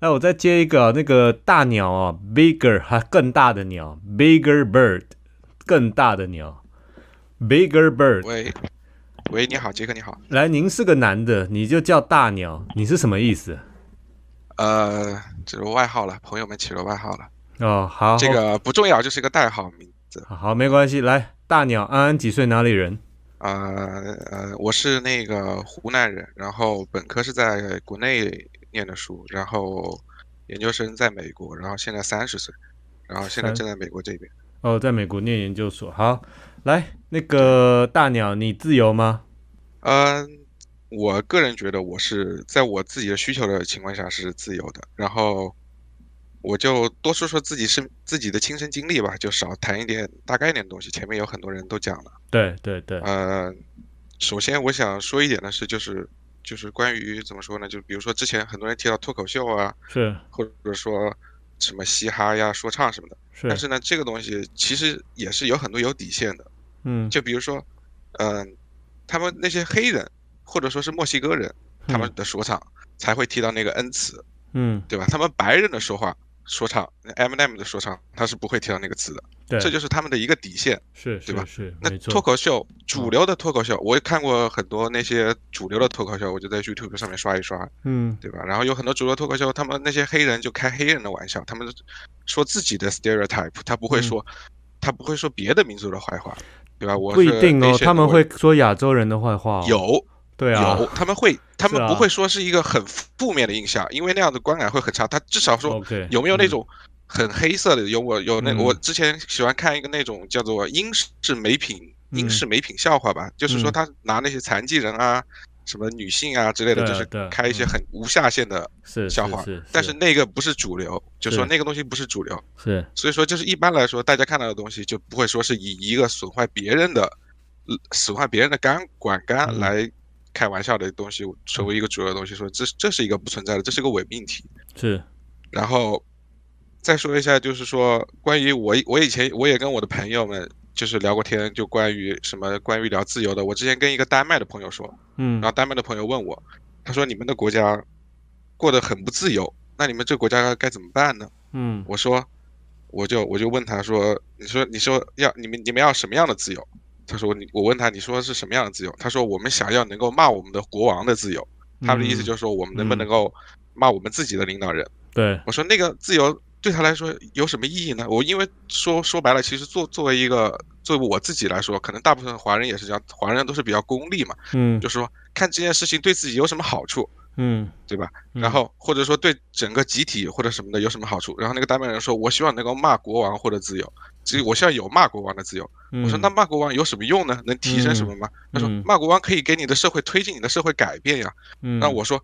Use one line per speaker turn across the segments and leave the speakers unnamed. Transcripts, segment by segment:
那我再接一个啊、那个大鸟啊，bigger 还更大的鸟，bigger bird 更大的鸟，bigger bird。
喂，喂，你好，杰克，你好。
来，您是个男的，你就叫大鸟，你是什么意思？
呃，这是外号了，朋友们起了外号了，
哦，好，
这个不重要，就是个代号名字。
好，好，没关系。来，大鸟，安安几岁？哪里人？
呃呃，我是那个湖南人，然后本科是在国内念的书，然后研究生在美国，然后现在三十岁，然后现在
三
正在美国这边。
哦，在美国念研究所。好，来，那个大鸟，你自由吗？
嗯，我个人觉得我是在我自己的需求的情况下是自由的，然后我就多说说自己是自己的亲身经历吧，就少谈一点大概一点的东西。前面有很多人都讲了。
对对对，
呃，首先我想说一点的是，就是就是关于怎么说呢，就比如说之前很多人提到脱口秀啊，
是
或者说什么嘻哈呀、说唱什么的，
是
但是呢，这个东西其实也是有很多有底线的。
嗯
就比如说，嗯、他们那些黑人或者说是墨西哥人，他们的说唱才会提到那个恩词，
嗯，
对吧？他们白人的说话说唱，Eminem 的说唱，他是不会提到那个词的，
对，
这就是他们的一个底线。
是
对吧
是是，
那
没
脱
错，嗯
口秀，主流的脱口秀，我也看过很多那些主流的脱口秀，我就在 YouTube 上面刷一刷，
嗯
对吧？然后有很多主流脱口秀，他们那些黑人就开黑人的玩笑，他们说自己的 stereotype，他不会
嗯
说，他不会说别的民族的坏话，对吧？我
不一
是
定哦
Asian，的
他们
我
会说亚洲人的坏话、哦，
有
对啊，
有，他们会，他
是
们
啊
不会说是一个很负面的印象，因为那样的观感会很差。他至少说
OK，
有没有那
嗯
种很黑色的幽默？有那
嗯
我之前喜欢看一个那种叫做英式美品英
嗯
式美品笑话吧，就是说
嗯
他拿那些残疾人啊、什么女性啊之类的，
对啊
就是
对啊
开一些
嗯
很无下限的
是
笑
是
话
是，
但是那个不是主流，就是说那个东西不是主流，
是
所以说就是一般来说，大家看到的东西就不会说是以一个损坏别人的、呃损坏别人的杆管杆
嗯
来开玩笑的东西成为一个主流的东西，说这这是一个不存在的，这是个伪命题。
是，
然后再说一下，就是说关于我我以前我也跟我的朋友们就是聊过天，就关于什么关于聊自由的。我之前跟一个丹麦的朋友说，
嗯
然后丹麦的朋友问我，他说你们的国家过得很不自由，那你们这个国家该怎么办呢？
嗯
我说，我就我就问他说，你说你说要你们你们要什么样的自由？他说你我问他你说是什么样的自由？他说我们想要能够骂我们的国王的自由。他的意思
嗯
就是说我们能不
嗯
能够骂我们自己的领导人？
对
我说那个自由对他来说有什么意义呢？我因为说说白了，其实作作为一个作为我自己来说，可能大部分华人也是这样，华人都是比较功利嘛，
嗯
就是说看这件事情对自己有什么好处，
嗯
对吧？
嗯
然后或者说对整个集体或者什么的有什么好处？然后那个丹麦人说：“我希望能够骂国王获得自由，只我希望有骂国王的自由。”我说：“
嗯
那骂国王有什么用呢？能提升什么吗？”他说
嗯：“
骂国王可以给你的社会推进你的社会改变呀。”
嗯
那我说，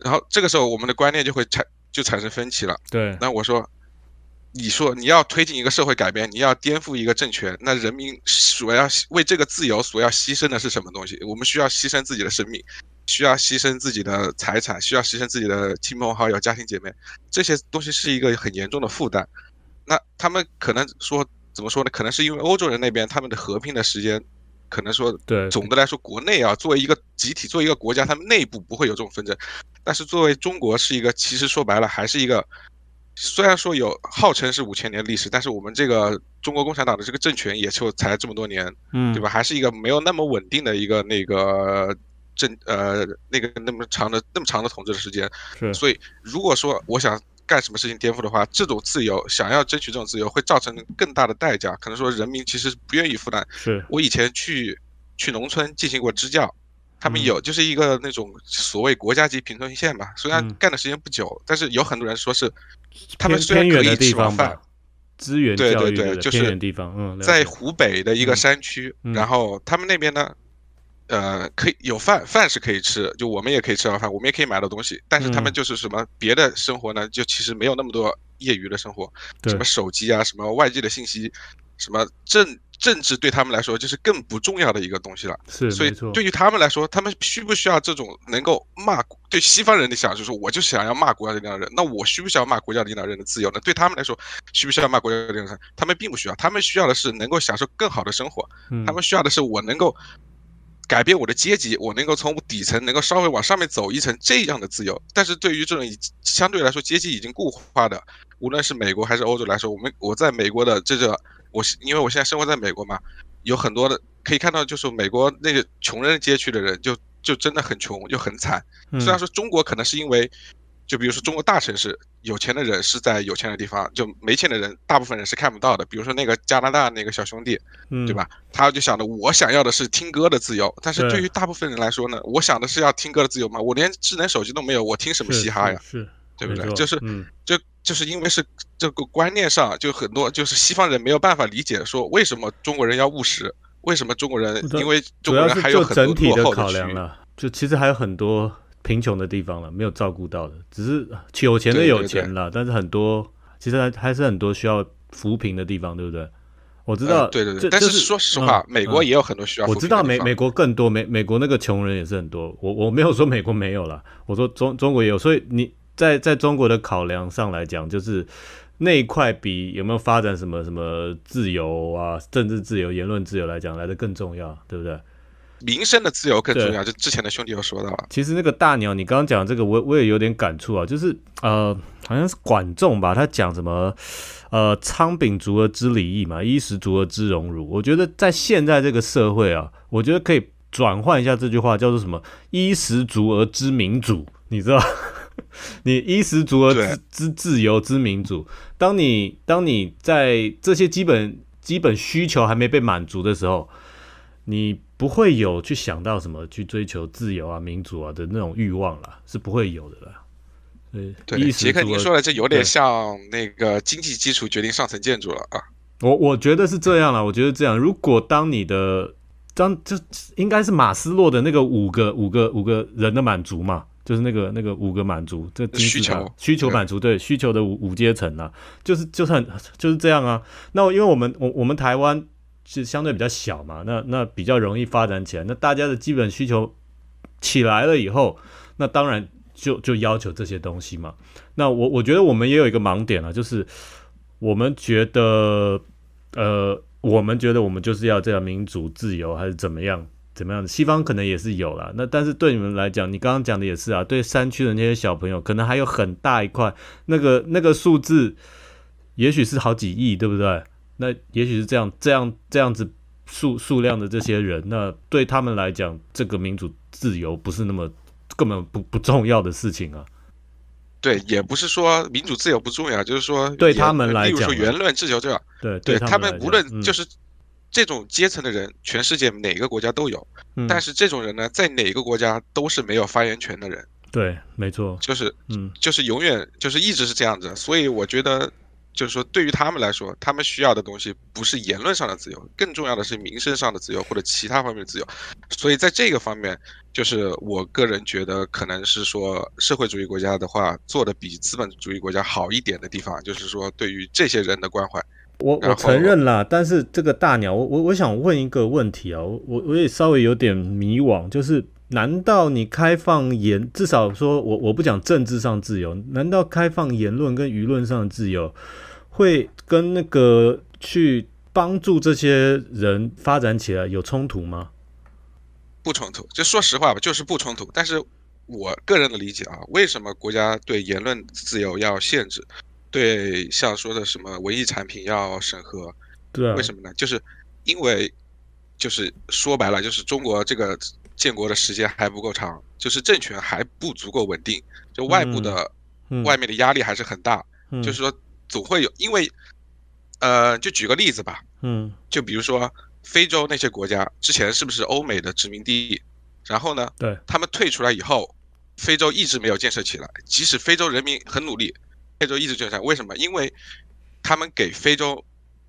然后这个时候我们的观念就会产就产生分歧了。
对
那我说，你说你要推进一个社会改变，你要颠覆一个政权，那人民所要牺为这个自由所要牺牲的是什么东西？我们需要牺牲自己的生命，需要牺牲自己的财产，需要牺牲自己的亲朋好友、家庭姐妹，这些东西是一个很严重的负担。那他们可能说怎么说呢？可能是因为欧洲人那边他们的和平的时间，可能说
对
总的来说，国内啊，作为一个集体，作为一个国家，他们内部不会有这种纷争，但是作为中国是一个，其实说白了还是一个，虽然说有号称是五千年历史，但是我们这个中国共产党的这个政权也就才这么多年，
嗯
对吧？还是一个没有那么稳定的一个那个政呃那个那么长的那么长的统治的时间，
是
所以如果说我想干什么事情颠覆的话，这种自由想要争取这种自由，会造成更大的代价，可能说人民其实不愿意负担。
是
我以前去去农村进行过支教，他们
嗯
有就是一个那种所谓国家级贫困县吧，虽然
嗯
干的时间不久，但是有很多人说是他
偏
们虽然
偏
可
远的
以
地
吃完
方
饭
吧，，资源
对
教
对
育
对
的
就
偏
是
远地方，嗯，了
在
解
湖北的一个
嗯
山区，
嗯
然后他们那边呢。呃，可以有饭，饭是可以吃，就我们也可以吃到饭，我们也可以买到东西。但是他们
嗯
就是什么别的生活呢，就其实没有那么多业余的生活，
对
什么手机啊，什么外界的信息，什么政政治对他们来说就是更不重要的一个东西了。
是
所以
没错，
对于他们来说，他们需不需要这种能够骂国对西方人的想，就是我就想要骂国家领导人，那我需不需要骂国家领导人的自由呢？对他们来说，需不需要骂国家领导人？他们并不需要，他们需要的是能够享受更好的生活，
嗯
他们需要的是我能够改变我的阶级，我能够从底层能够稍微往上面走一层这样的自由。但是对于这种已相对来说阶级已经固化的，无论是美国还是欧洲来说，我们我在美国的这个，我是因为我现在生活在美国嘛，有很多的可以看到，就是美国那个穷人街区的人就就真的很穷，又很惨。
嗯
虽然说中国可能是因为，就比如说中国大城市，有钱的人是在有钱的地方，就没钱的人大部分人是看不到的。比如说那个加拿大那个小兄弟，
嗯
对？吧？他就想着我想要的是听歌的自由，但是
对
对于大部分人来说呢，我想的是要听歌的自由嘛，我连智能手机都没有，我听什么
是
嘻哈
是
呀？
是，
对不
没
对
错
就是
嗯
就就是因为是这个观念上，就很多就是西方人没有办法理解，说为什么中国人要务实，为什么中国人
不的
因为中
主
国
要
人还
是
有
就
很多
整体
落后
考
区
量
域。
了，就其实还有很多贫穷的地方了，没有照顾到的，只是有钱的
对
有
对
钱了，但是很多其实还还是很多需要扶贫的地方，对不对？我知道，
呃对对对，
这
但
这
是
是
说实话，
嗯
美国
嗯
也有很多需要扶
我
贫
知道
的地
美
方
美国更多，美美国那个穷人也是很多。我我没有说美国没有啦，我说中中国也有。所以你在在中国的考量上来讲，就是那一块比有没有发展什么什么自由啊、政治自由、言论自由来讲来的更重要，对不对？
民生的自由更
对
重要，就之前的兄弟有说到了，
其实那个大鸟，你刚刚讲这个，我我也有点感触啊，就是呃，好像是管仲吧，他讲什么呃，仓廪足而知礼义嘛，衣食足而知荣辱。我觉得在现在这个社会啊，我觉得可以转换一下这句话，叫做什么“衣食足而知民主”，你知道？ 你衣食足而知知自由知民主。当你当你在这些基本基本需求还没被满足的时候，你不会有去想到什么去追求自由啊、民主啊的那种欲望啦，是不会有的啦。对，
对，
衣
杰
食
克
足
您
而
说的这有点
对
像那个经济基础决定上层建筑了啊。
我我觉得是这样啦，我觉得这样。如果当你的当就应该是马斯洛的那个五个五个五个人的满足嘛，就是那个那个五个满足，这金字
呃需
塔
求
需求满足，对需求的五五阶层啊，就是就是很就是这样啊。那因为我们我我们台湾是相对比较小嘛，那那比较容易发展起来。那大家的基本需求起来了以后，那当然就就要求这些东西嘛。那我我觉得我们也有一个盲点啊，就是我们觉得呃，我们觉得我们就是要这样民主自由还是怎么样怎么样？西方可能也是有啦，那但是对你们来讲，你刚刚讲的也是啊，对山区的那些小朋友，可能还有很大一块那个那个数字，也许是好几亿，对不对？那也许是这样这样这样子数数量的这些人，那对他们来讲，这个民主自由不是那么根本不不重要的事情啊。
对，也不是说民主自由不重要，就是说
对
也
他们来
例如
讲
说
呢
言论自由这样，
对，
对
他
们
来讲
无论就、
嗯
是这种阶层的人，全世界哪个国家都有，
嗯
但是这种人呢，在哪个国家都是没有发言权的人，
对，没错，
就是
嗯
就是永远就是一直是这样子，所以我觉得。就是说，对于他们来说，他们需要的东西不是言论上的自由，更重要的是民生上的自由或者其他方面的自由。所以在这个方面，就是我个人觉得，可能是说社会主义国家的话，做的比资本主义国家好一点的地方，就是说对于这些人的关怀。
我我
然
承
后
认啦，但是这个大鸟，我我我想问一个问题啊，我我我也稍微有点迷惘，就是难道你开放言，至少说我我不讲政治上自由，难道开放言论跟舆论上的自由，会跟那个去帮助这些人发展起来有冲突吗？
不冲突，就说实话吧，就是不冲突。但是我个人的理解啊，为什么国家对言论自由要限制，对像说的什么文艺产品要审核，
对啊
为，什么呢？就是因为，就是说白了，就是中国这个建国的时间还不够长，就是政权还不足够稳定，就外部的、
嗯
外面的压力还是很大，
嗯
就是说总会有，因为，呃，就举个例子吧，
嗯
就比如说非洲那些国家之前是不是欧美的殖民地？然后呢，
对
他们退出来以后，非洲一直没有建设起来，即使非洲人民很努力，非洲一直建设，为什么？因为他们给非洲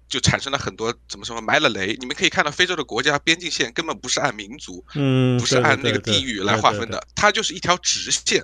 就产生了很多怎么说埋了雷。你们可以看到，非洲的国家边境线根本不是按民族，
嗯，
不是
对对
按那
对
个
对
地域来
对
划
对
分
对
的，它就是一条直线。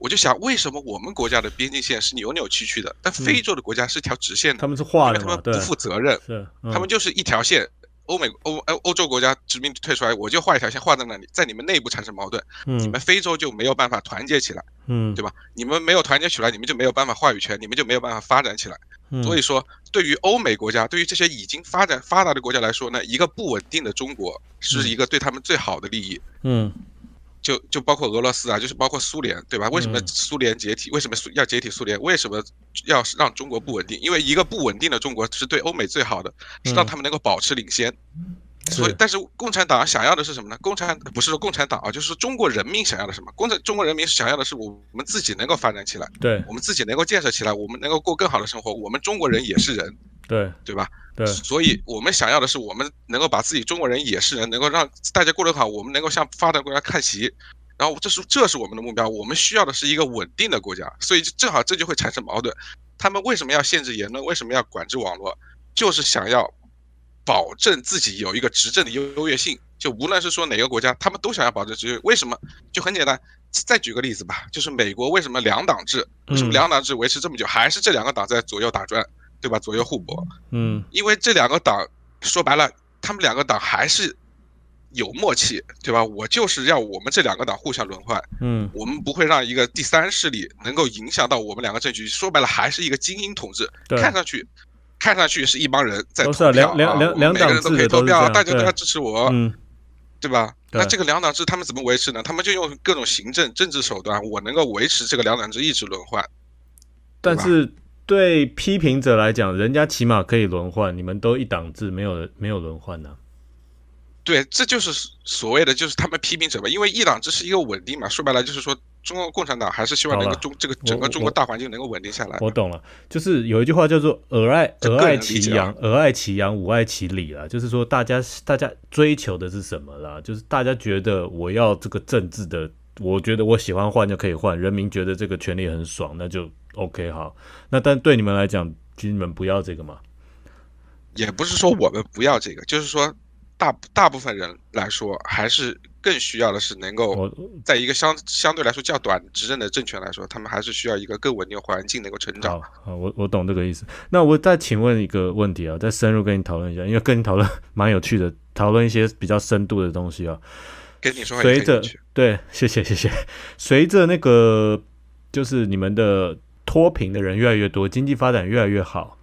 我就想，为什么我们国家的边境线是扭扭曲曲的，但非洲的国家是一条直线的？
嗯他们是画
因为
的
他
嘛，
们
对，
不负责任，
是，嗯
他们就是一条线。欧美欧呃欧欧洲国家殖民退出来，我就画一条线画在那里，在你们内部产生矛盾，
嗯
你们非洲就没有办法团结起来，
嗯
对吧？你们没有团结起来，你们就没有办法话语权，你们就没有办法发展起来。
嗯
所以说，对于欧美国家，对于这些已经发展发达的国家来说呢，一个不稳定的中国是一个对他们最好的利益。
嗯
就就包括俄罗斯啊，就是包括苏联，对吧？为什么
嗯
苏联解体？为什么苏要解体苏联？为什么要让中国不稳定？因为一个不稳定的中国是对欧美最好的，是让
嗯
他们能够保持领先。所以
是，
但是共产党想要的是什么呢？共产不是说共产党啊，就是说中国人民想要的什么？共产中国人民想要的是我们自己能够发展起来，
对
我们自己能够建设起来，我们能够过更好的生活。我们中国人也是人，
对
对吧？
对，
所以我们想要的是，我们能够把自己中国人也是人，能够让大家过得好，我们能够向发达国家看齐。然后这是这是我们的目标，我们需要的是一个稳定的国家，所以就正好这就会产生矛盾。他们为什么要限制言论？为什么要管制网络？就是想要保证自己有一个执政的优优越性。就无论是说哪个国家，他们都想要保证执政。为什么？就很简单，再举个例子吧，就是美国为什么两党制？为什么
嗯
两党制维持这么久，还是这两个党在左右打转，对吧？左右互搏。
嗯
因为这两个党说白了，他们两个党还是有默契，对吧？我就是要我们这两个党互相轮换，
嗯
我们不会让一个第三势力能够影响到我们两个政局。说白了，还是一个精英统治，
对
看上去。看上去是一帮人在
都
投
是啊
票，
两两
啊
两两
我们每个
党
人都
制
可以
的
投
都是
票
这
啊，
样
大家都
对
要支持我，
嗯
对吧？那
对
这个两党制他们怎么维持呢？他们就用各种行政、政治手段，我能够维持这个两党制一直轮换。
但
吧
是对批评者来讲，人家起码可以轮换，你们都一党制，没有没有轮换呐、啊
对，这就是所所谓的就是他们批评者吧，因为一党制是一个稳定嘛，说白了就是说中国共产党还是希望
好
能够
了
中这个
我
整个中国
我
大环境能够稳定下来。
我懂了，就是有一句话叫做“尔爱
哎这
尔
个人
爱
理
其
解啊
羊，尔爱其羊，吾爱其理”啦，就是说大家大家追求的是什么啦？就是大家觉得我要这个政治的，我觉得我喜欢换就可以换，人民觉得这个权利很爽，那就 OK 好。那但对你们来讲，其实你们不要这个嘛？
也不是说我们不要这个，就是说大大部分人来说还是更需要的是能够
我
在一个相相对来说较短执政的政权来说，他们还是需要一个更稳定的环境能够成长
好。哦好，我我懂这个意思。那我再请问一个问题啊，再深入跟你讨论一下，因为跟你讨论 蛮有趣的，讨论一些比较深度的东西啊。
跟你说话
随
也很
着
有趣。
对，谢谢谢谢，随着那个就是你们的脱贫的人越来越多，经济发展越来越好，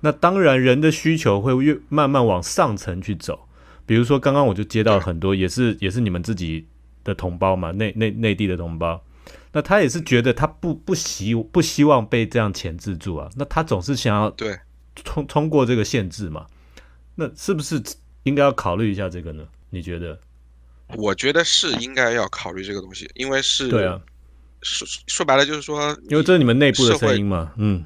那当然人的需求会越慢慢往上层去走。比如说刚刚我就接到
对
很多，也是也是你们自己的同胞嘛，内内内地的同胞。那他也是觉得他不不希不希望被这样钳制住啊，那他总是想要
对，
通通过这个限制嘛，那是不是应该要考虑一下这个呢？你觉得？
我觉得是应该要考虑这个东西，因为是
对啊，
说说白了就是说，
因为这是你们内部的
社会
声音嘛，嗯，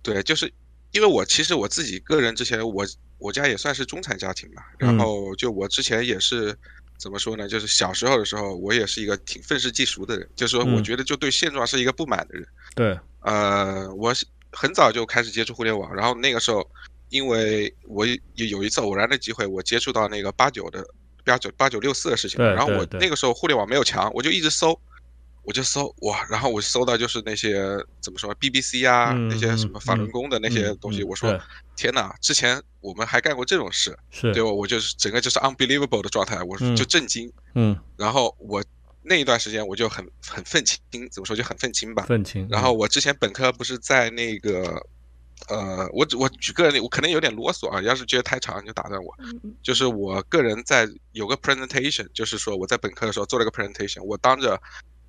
对，就是因为我其实我自己个人之前我我家也算是中产家庭吧，然
嗯
后就我之前也是怎么说呢，就是小时候的时候我也是一个挺愤世嫉俗的人，就是说我
嗯
觉得就对现状是一个不满的人。
对，
呃，我是很早就开始接触互联网，然后那个时候因为我有有一次偶然的机会，我接触到那个八九的八九八九六四的事情嘛，
对
然后
对
我
对
那个时候互联网没有墙，我就一直搜。我就搜哇，然后我搜到就是那些怎么说 BBC 啊，
嗯
那些什
嗯
么法轮
嗯
功的那些
嗯
东西，
嗯
我说
对
天哪，之前我们还干过这种事，
是，
对吧？我就是整个就是 unbelievable 的状态，我
嗯
就震惊。
嗯，
然后我那一段时间我就很很愤青，怎么说就很愤青吧。
愤青，
然后我之前本科不是在那个，呃，我只我举个例，我可能有点啰嗦啊，要是觉得太长你就打断我。就是我个人在有个 presentation，就是说我在本科的时候做了个 presentation，我当着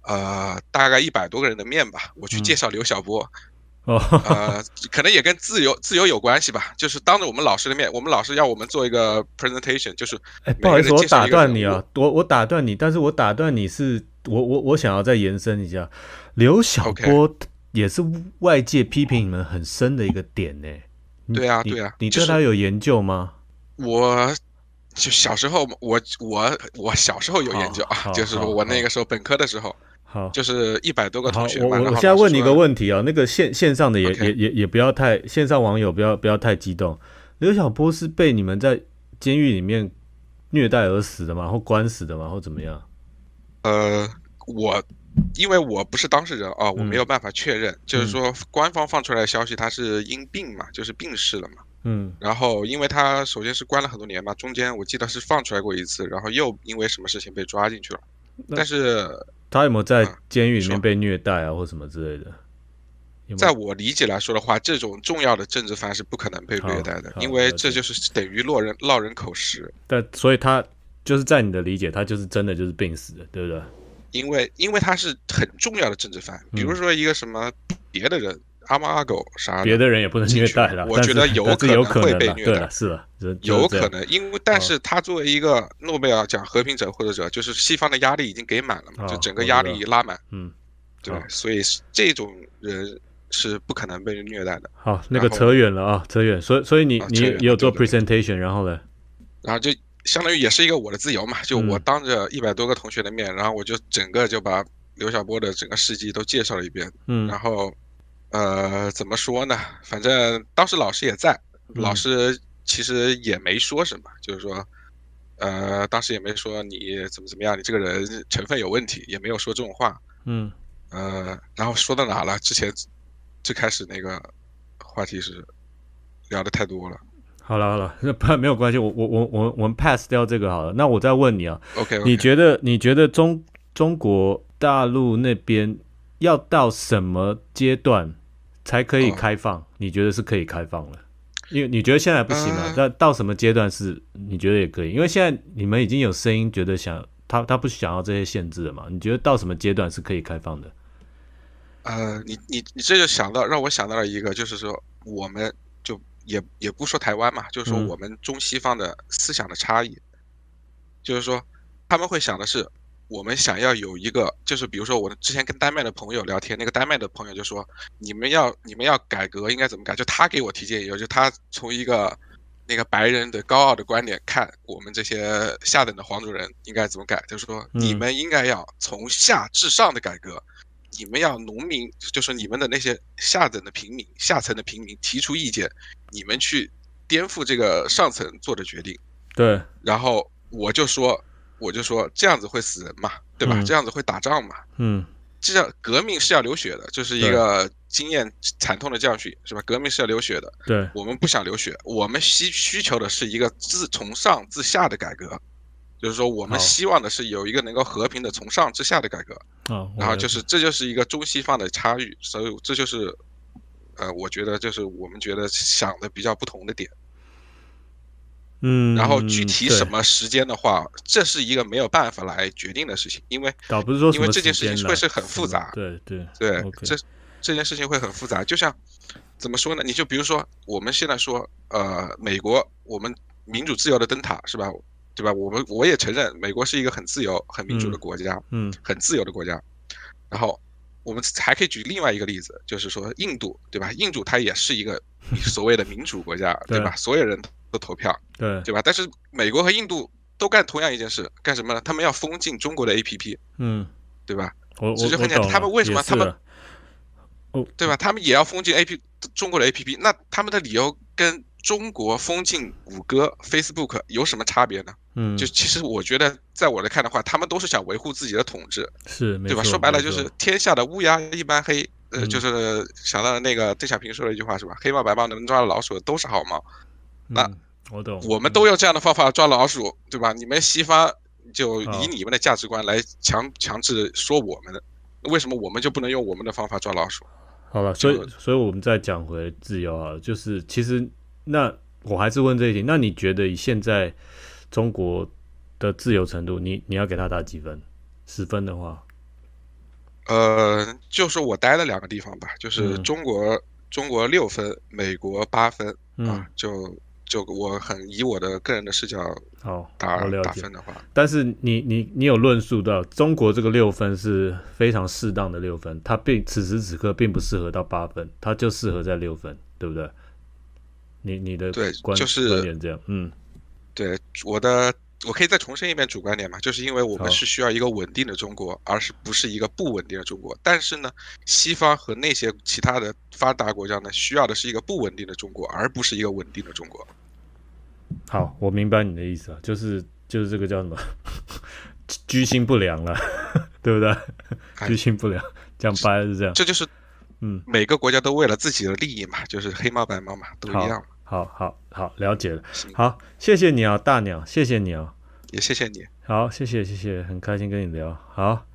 呃大概一百多个人的面吧，我去
嗯
介绍刘晓波，
嗯哦，
呃，可能也跟自由自由有关系吧，就是当着我们老师的面，我们老师要我们做一个 presentation，就是
哎，
每
不好
个
意思，
人
我
介绍
打
一个
断
人
你
物
啊，我我打断你，但是我打断你是，我我我想要再延伸一下，刘晓
OK
波也是外界批评你们很深的一个点呢、你
对啊
你
对啊
你
就
对
是
他有研究吗？
我就小时候嘛，我我我小时候有研究
好
啊，
好
就是
好
我那
好
个时候本科的时候，
好，
就是一百多个
好
同，学
啊我
嘛。
我
然
我
后
现在
老师
问你一
说
个问题啊，那个线线上的也
OK
也也也不要太线上网友不要不要太激动。刘晓波是被你们在监狱里面虐待而死的吗？或关死的吗？或怎么样？
呃，我因为我不是当事人啊，我
嗯
没有办法确认，就是
嗯
说官方放出来的消息，他是因病嘛，就是病逝了嘛。
嗯
然后因为他首先是关了很多年嘛，中间我记得是放出来过一次，然后又因为什么事情被抓进去了。
那
但是
他有没有在
啊
监狱里
是
面
吧
被虐待啊，或什么之类的？有没有
在我理解来说的话，这种重要的政治犯是不可能被虐待的
好，好
因为
了
这
解
就是等于落人落人口实。
但所以他就是在你的理解，他就是真的就是病死的，对不对？
因为因为他是很重要的政治犯，比如
嗯
说一个什么别的人，阿猫阿狗啥的，
别的人也不能虐待了，
我
但是
觉得有
但是
可
有
能
可
会
能
被
了
虐
对
待
了，是了，就
有
就是这
可
样
能，因为但
哦
是他作为一个诺贝尔奖和平者获得者，就是西方的压力已经给满了嘛，
哦
就整
我
个
知
压
道
力拉满，
嗯，
对吧
哦，
所以是这种人是不可能被虐待的。
好，那
然
个
后
扯远了啊，扯远。所以所以你
啊
你
扯远
也
了
有做
对
presentation，然后呢？
然后就相当于也是一个我的自由嘛，就我
嗯
当着一百多个同学的面，然后我就整个就把刘晓波的整个事迹都介绍了一遍，
嗯
然后，呃，怎么说呢？反正当时老师也在，老
嗯
师其实也没说什么，就是说，呃，当时也没说你怎么怎么样，你这个人成分有问题，也没有说这种话。
嗯，
呃，然后说到哪了？之前最开始那个话题是聊的太多了。
好了好了， 那不没有关系，我我我我我们 pass 掉这个好了。那我再问你啊，
OK，, o k
你觉得你觉得中中国大陆那边要到什么阶段才可以
哦
开放？你觉得是可以开放了？因为你觉得现在不行嘛
嗯？
但到什么阶段是你觉得也可以？因为现在你们已经有声音觉得想他他不想要这些限制了嘛？你觉得到什么阶段是可以开放的？
呃，你你你这就想到让我想到了一个，就是说我们就也也不说台湾嘛，就是说
嗯
我们中西方的思想的差异，就是说他们会想的是，我们想要有一个，就是比如说我之前跟丹麦的朋友聊天，那个丹麦的朋友就说，你们要你们要改革应该怎么改？就他给我提建议，就他从一个那个白人的高傲的观点看我们这些下等的黄种人应该怎么改，就是说你
嗯
们应该要从下至上的改革。你们要农民，就是你们的那些下等的平民、下层的平民提出意见，你们去颠覆这个上层做的决定。
对，
然后我就说，我就说这样子会死人嘛，对吧？
嗯
这样子会打仗嘛。
嗯
这叫革命是要流血的，就是一
对
个经验惨痛的教训，是吧？革命是要流血的，
对，
我们不想流血，我们需需求的是一个自从上至下的改革，就是说我们
好
希望的是有一个能够和平的从上至下的改革。
啊，我
然后
了
就
解
是这就是一个中西方的差异，所以这就是，呃，我觉得就是我们觉得想的比较不同的点。
嗯，
然后具体
对
什么时间的话，这是一个没有办法来决定的事情，因为
倒不是说什
因为
么
这件
时
事情
间
是
啦
会是很
什
复
么
杂
对对
对
OK
这这件事情会很复杂。就像怎么说呢？你就比如说我们现在说，呃，美国我们民主自由的灯塔是吧？对吧？我们我也承认美国是一个很自由、很民主的
嗯
国家，
嗯
很自由的国家。然后我们还可以举另外一个例子，就是说印度，对吧？印度它也是一个 所谓的民主国家，对
对
吧？所有人都投票，
对
对吧？但是美国和印度都干同样一件事，干什么呢？他们要封禁中国的 APP，
嗯，
对吧？
我我
这就
我
很简单
懂
他们
了
为什
也
么他
是
们
了
对吧？他们也要封禁 A P 中国的 A P P，那他们的理由跟中国封禁谷歌、Facebook 有什么差别呢？
嗯
就其实我觉得，在我来看的话，他们都是想维护自己的统治，
是没
对吧？
错
说白了
没
就
错
是天下的乌鸦一般黑，呃，
嗯
就是想到那个邓小平说的一句话是吧？黑猫白猫能抓的老鼠都是好猫，那
嗯我懂，
我们
嗯
都用这样的方法抓老鼠，对吧？你们西方就
好
以你们的价值观来强强制说我们的，为什么我们就不能用我们的方法抓老鼠？
好了，所以
就
所以我们再讲回自由啊，就是其实那我还是问这一题，那你觉得以现在中国的自由程度，你你要给他打几分？十分的话，
呃，就是我待了两个地方吧，就是
嗯
中国、中国六分，美国八分、
嗯
啊，，就就我很以我的个人的视角
好，
打
我了
打
解
分。的话，
但是你你你有论述到中国这个六分是非常适当的六分，它并此时此刻并不适合到八分，它就适合在六分，对不对？你你的
对
观
就是
观点这样，嗯
对我的。我可以再重申一遍主观点嘛，就是因为我
好
们是需要一个稳定的中国，而是不是一个不稳定的中国。但是呢，西方和那些其他的发达国家呢，需要的是一个不稳定的中国，而不是一个稳定的中国。
好，我明白你的意思了，啊就是就是这个叫什么 居心不良了， 对不对？
哎
居心不良，讲白了是这样。
这就是
嗯，
每个国家都为了自己的利益嘛，就是黑猫白猫嘛，都一
好
样嘛。
好好好，了解了。
行
好，谢谢你啊，大鸟，谢谢你啊。
也谢谢你。
好，谢谢谢谢，很开心跟你聊。好，